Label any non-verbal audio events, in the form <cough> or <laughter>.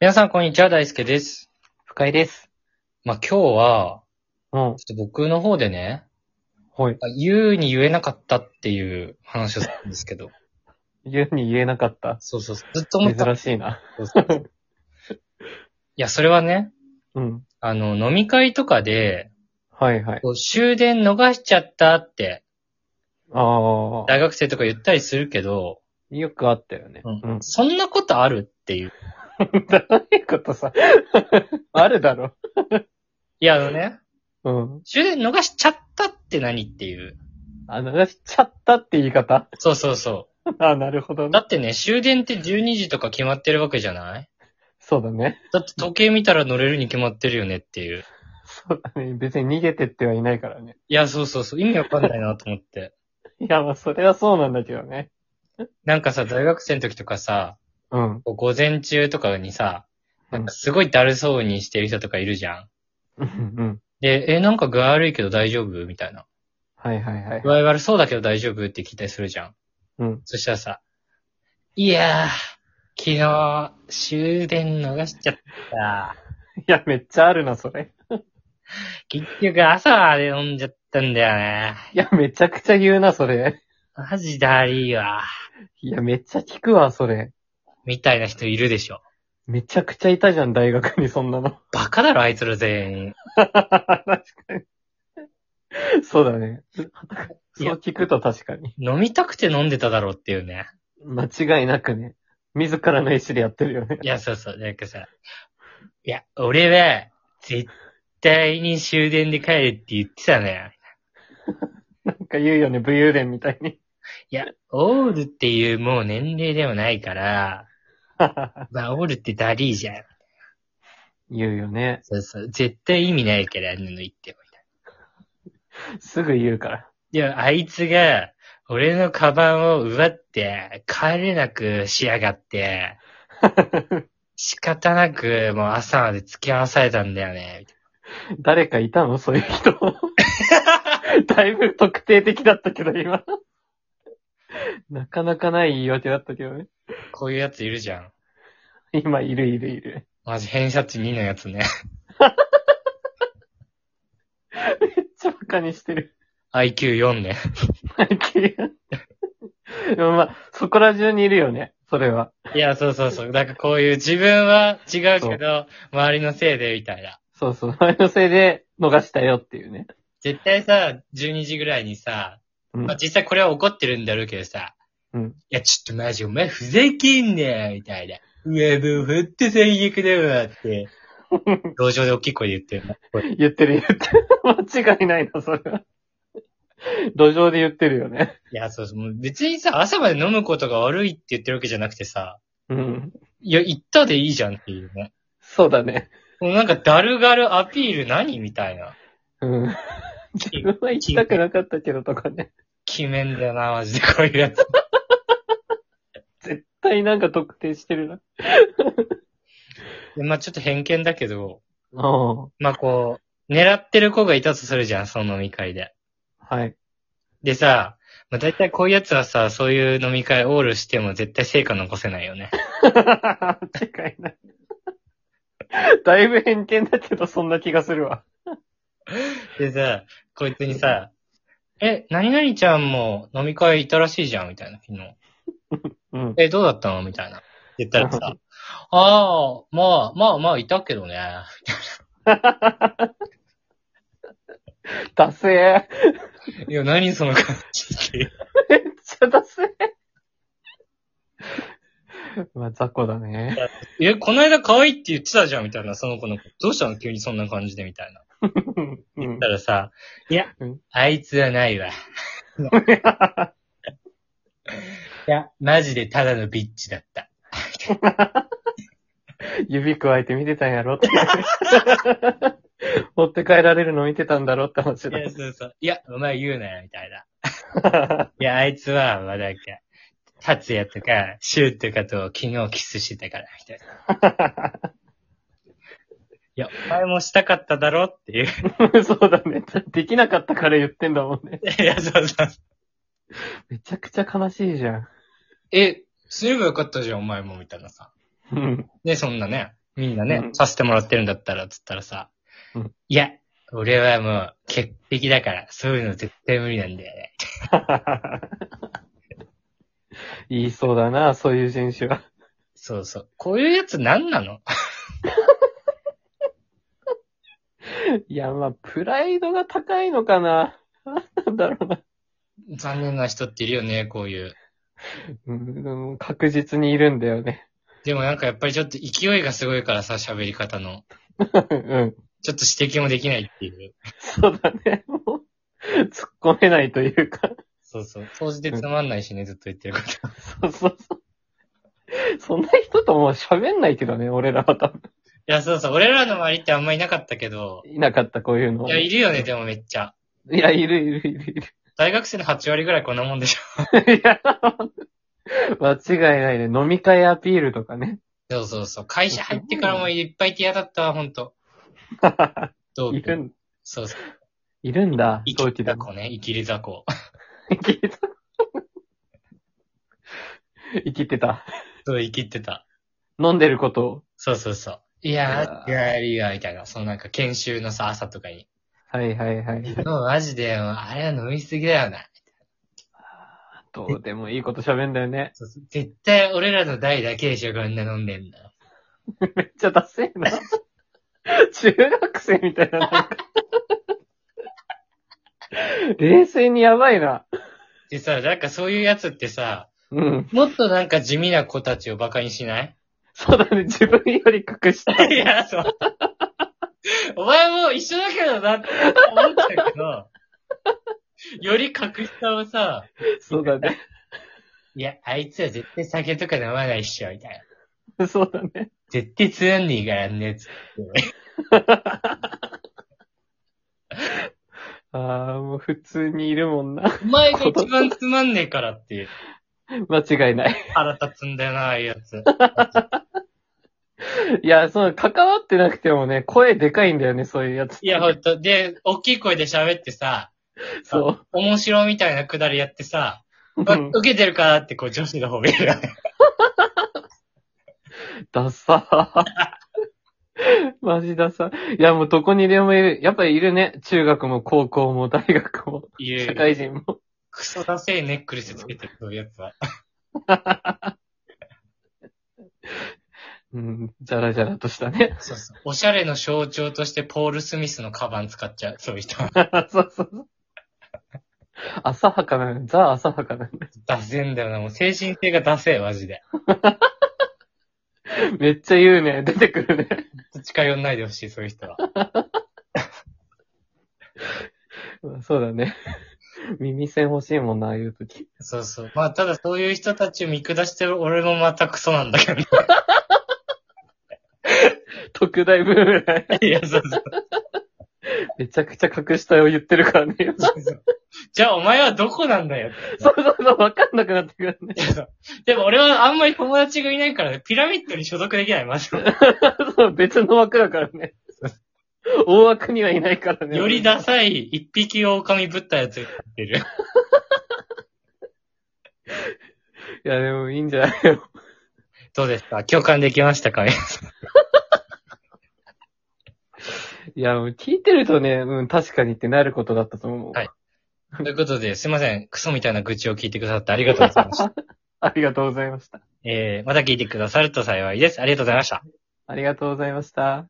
皆さん、こんにちは。大輔です。深井です。まあ、今日は、うん。ちょっと僕の方でね、はい。言うに言えなかったっていう話をするんですけど。 <laughs> 言うに言えなかった。そうそうそう。ずっと思った。珍しいな。そうそういや、それはね、うん。あの、飲み会とかで、はいはい。こう終電逃しちゃったって、ああ。大学生とか言ったりするけど、よくあったよね。ううんん。そんなことあるっていう。どういうことさ。 <laughs> あるだろ。いや、あのね、うん。終電逃しちゃったって何っていう。あ、流しちゃったって言い方 <laughs> そうそうそあなるほどう。だね。ってね、終電って12時とか決まってるわけじゃないそうだね。だって時計見たら乗れるに決まってるよねっていう。そうだね。別に逃げてってはいないからね。いや、そうそうそう。意味わかんないなと思って。いや、まあ、それはそうなんだけどね。なんかさ、大学生の時とかさ、うん。こう午前中とかにさ、うなんんかすごいだるそうにしてる人とかいるじゃん。うん。で、え、なんか具合悪いけど大丈夫みたいな。はいはいはい具。合悪そうだけど大丈夫って聞いたりするじゃん。うん。そしたらさ、いやー、昨日、終電逃しちゃった。いや、めっちゃあるな、それ。結局朝まで飲んじゃったんだよね。いや、めちゃくちゃ言うな、それ。マジだりーわ。いや、めっちゃ聞くわ、それ。みたいな人いるでしょ。めちゃくちゃいたじゃん、大学にそんなの。 <laughs> バカだろ、あいつら全員。確かに。そうだね。そう聞くと確かに。飲みたくて飲んでただろうっていうね。間違いなくね。自らの意思でやってるよねい。や、そうそう、なんかさ。いや、俺は、絶対に終電で帰るって言ってたのよ。なんか言うよね、武勇伝みたいに。いや、オールっていうもう年齢でもないから、まあ、オールってダリーじゃん。言うよね。そうそう、絶対意味ないから、あんなの言っても。すぐ言うから。でも、あいつが、俺のカバンを奪って、帰れなくしやがって、 <laughs> 仕方なく、もう朝まで付き合わされたんだよね。誰かいたのそういう人。だいぶ特定的だったけど、今。なかなかない言い訳だったけどね。こういうやついるじゃん。今、いるいるいる。マジ偏差値2のやつね。めっちゃバカにしてる。<laughs> IQ4 ね。でもまあ、そこら中にいるよね、それは。いや、そうそうそう。なんかこういう自分は違うけど、周りのせいでみたいな。そうそう、前のせいで逃したよっていうね。絶対さ、12時ぐらいにさ、うんまあ、実際これは怒ってるんだろうけどさ、うん。いや、ちょっとマジお前ふざけんなよ、みたいな。うわ、もうほんと最悪だわ、って。路上で大きい声で言ってるの。言ってる言 <laughs> ってる。間違いないな、それは。路上で言ってるよね。いや、そうそう。もう別にさ、朝まで飲むことが悪いって言ってるわけじゃなくてさ、うん。いや、行ったでいいじゃんっていうね。そうだね。もうなんか、だるがるアピール何みたいな。うん。 <laughs> 自分は行きたくなかったけどとかね。決めんだよな、マジでこういうやつ。絶対なんか特定してるな。で <laughs> まあちょっと偏見だけど、あまあこう、狙ってる子がいたとするじゃん、その飲み会で。あ。はい。 <laughs> でさ、まあ大体こういうやつはさ、そういう飲み会オールしても絶対成果残せないよね。間違いない。だいぶ偏見だけど、そんな気がするわ。でさ、こいつにさ、え、何々ちゃんも飲み会行ったらしいじゃん、みたいな、昨日。うん。え、どうだったのみたいな。言ったら <laughs> さ、ああ、まあ、まあまあ、いたけどね。ダセー。いや、何その感じっていう。めっちゃダセー。まあ、雑魚だね。え、この間可愛いって言ってたじゃん、みたいな、その子の子。どうしたの急にそんな感じで、みたいな。うんだからさ、いやうん、あいつはない <laughs> わ。いや、マジでただのビッチだった。指加えて見てたんやろって。 <laughs> 持って帰られるの見てたんだろって話 <laughs> いや、そうそう。いや、お前言うなよ、みたいな。 <laughs> だ。いや、あいつは、まあなんか、達也とか、シューとかと昨日キスしてたから、みたいな。いや、お前もしたかっただろって <laughs> いう。そうだね。できなかったから言ってんだもんね。いや、そうそう。めちゃくちゃ悲しいじゃん。え、すればよかったじゃん、お前も、みたいなさ。うん。で、そんなね。みんなねう、んさせてもらってるんだったら、つったらさ、うんいや、俺はもう、潔癖だから、そういうの絶対無理なんだよね。言いそうだな、そういう人種は。そうそう。こういうやつ何なのいや、まあ、プライドが高いのかな。なんだろうな。残念な人っているよね、こういう。うん、うん確実にいるんだよね。 <laughs> でもなんかやっぱりちょっと勢いがすごいからさ、喋り方の。うん。ちょっと指摘もできないっていう。そうだね。もう、突っ込めないというか。そうそう。掃除でつまんないしね、ずっと言ってるこそと。うそうそう。そんな人ともう喋んないけどね、俺らは多分。いや、そうそう。俺らの周りってあんまいなかったけど。いなかった、こういうの。いや、いるよね、でもめっちゃ。いや、いるいるいるい <laughs> 大学生の8割ぐらいこんなもんでしょ。る。いや、間違いないね。飲み会アピールとかね。そうそうそう。会社入ってからもいっぱいって嫌だったわ、ほ <laughs> んと。同い期るん、そうそう。いるんだ、生同き期りだ雑。魚ね、生きり雑魚。生きてた。生きてた。そう、生きってた。飲んでることを。そうそうそう。いやいー、やりが、みたいな。そのなんか研修のさ、朝とかに。はいはいはい。もうマジで、もうあれは飲みすぎだよな。どうでもいいこと喋んだよね。そうそう絶対俺らの代だけでしょ、こんな飲んでんだ。めっちゃダセえな。中学生みたいななんか。冷静にやばいな。でさ、なんかそういうやつってさ、うん。もっとなんか地味な子たちをバカにしないそうだね。自分より隠 <laughs> した。いや、そう。お前も一緒だけどなって思ったけど、より格下をさ、そうだね。いや、あいつは絶対酒とか飲まないっしょ、みたいな。そうだね。絶対強んでいいからね、つって。ああ、もう普通にいるもんな。お前が一番つまんねえからっていう。 <laughs> 間違いない。腹立つんだよな、ああいうやつ。いや、その、関わってなくてもね、声でかいんだよね、そういうやつ。いや、ほんと。で、大きい声で喋ってさ、そ面白みたいなくだりやってさ、う。あうん受けてるからって、こう、女子の方見るよね。ダサ <laughs> ー。マジダサー。いや、もうどこにでもいる。やっぱりいるね。中学も高校も大学も <laughs> い社う、会人も。クソダセえネックレスつけてる、そういうやつは。うん、じゃらじゃらとしたね。 <laughs> そうそう。おしゃれの象徴として、ポール・スミスのカバン使っちゃう、そういう人。そうそう <laughs> そう。浅はかな、ザ浅はかな。 <laughs> ダセえんだよな、もう精神性がダセえ、マジで。めっちゃ言うね。出てくるね。近寄んないでほしい、そういう人は。そうだね。 <laughs> 耳栓欲しいもんな、ああいう時。そうそう。まあ、ただそういう人たちを見下してる俺もまたクソなんだけどね。 <laughs> 特大ブームだね。いや、そうそう <laughs> めちゃくちゃ隠したを言ってるからね。そうそう。じゃあ、お前はどこなんだよ。 <laughs> そうそうそう、わかんなくなってくるね。でも俺はあんまり友達がいないからね、ピラミッドに所 <laughs> 属できない、まず。そう別の枠だから <laughs> ね。大枠にはいないからね。よりダサい一匹狼ぶったやつやってる。いや、でもいいんじゃないよ。どうですか共感できま <laughs> したか皆さんいや、もう聞いてるとね、うん、確かにってなることだったと思う。はいということで、すいません。クソみたいな愚痴を聞いてくださってありがとうござい <laughs> ました。ありがとうございました。えー、また聞いてくださると幸いです。ありがとうございました。ありがとうございました。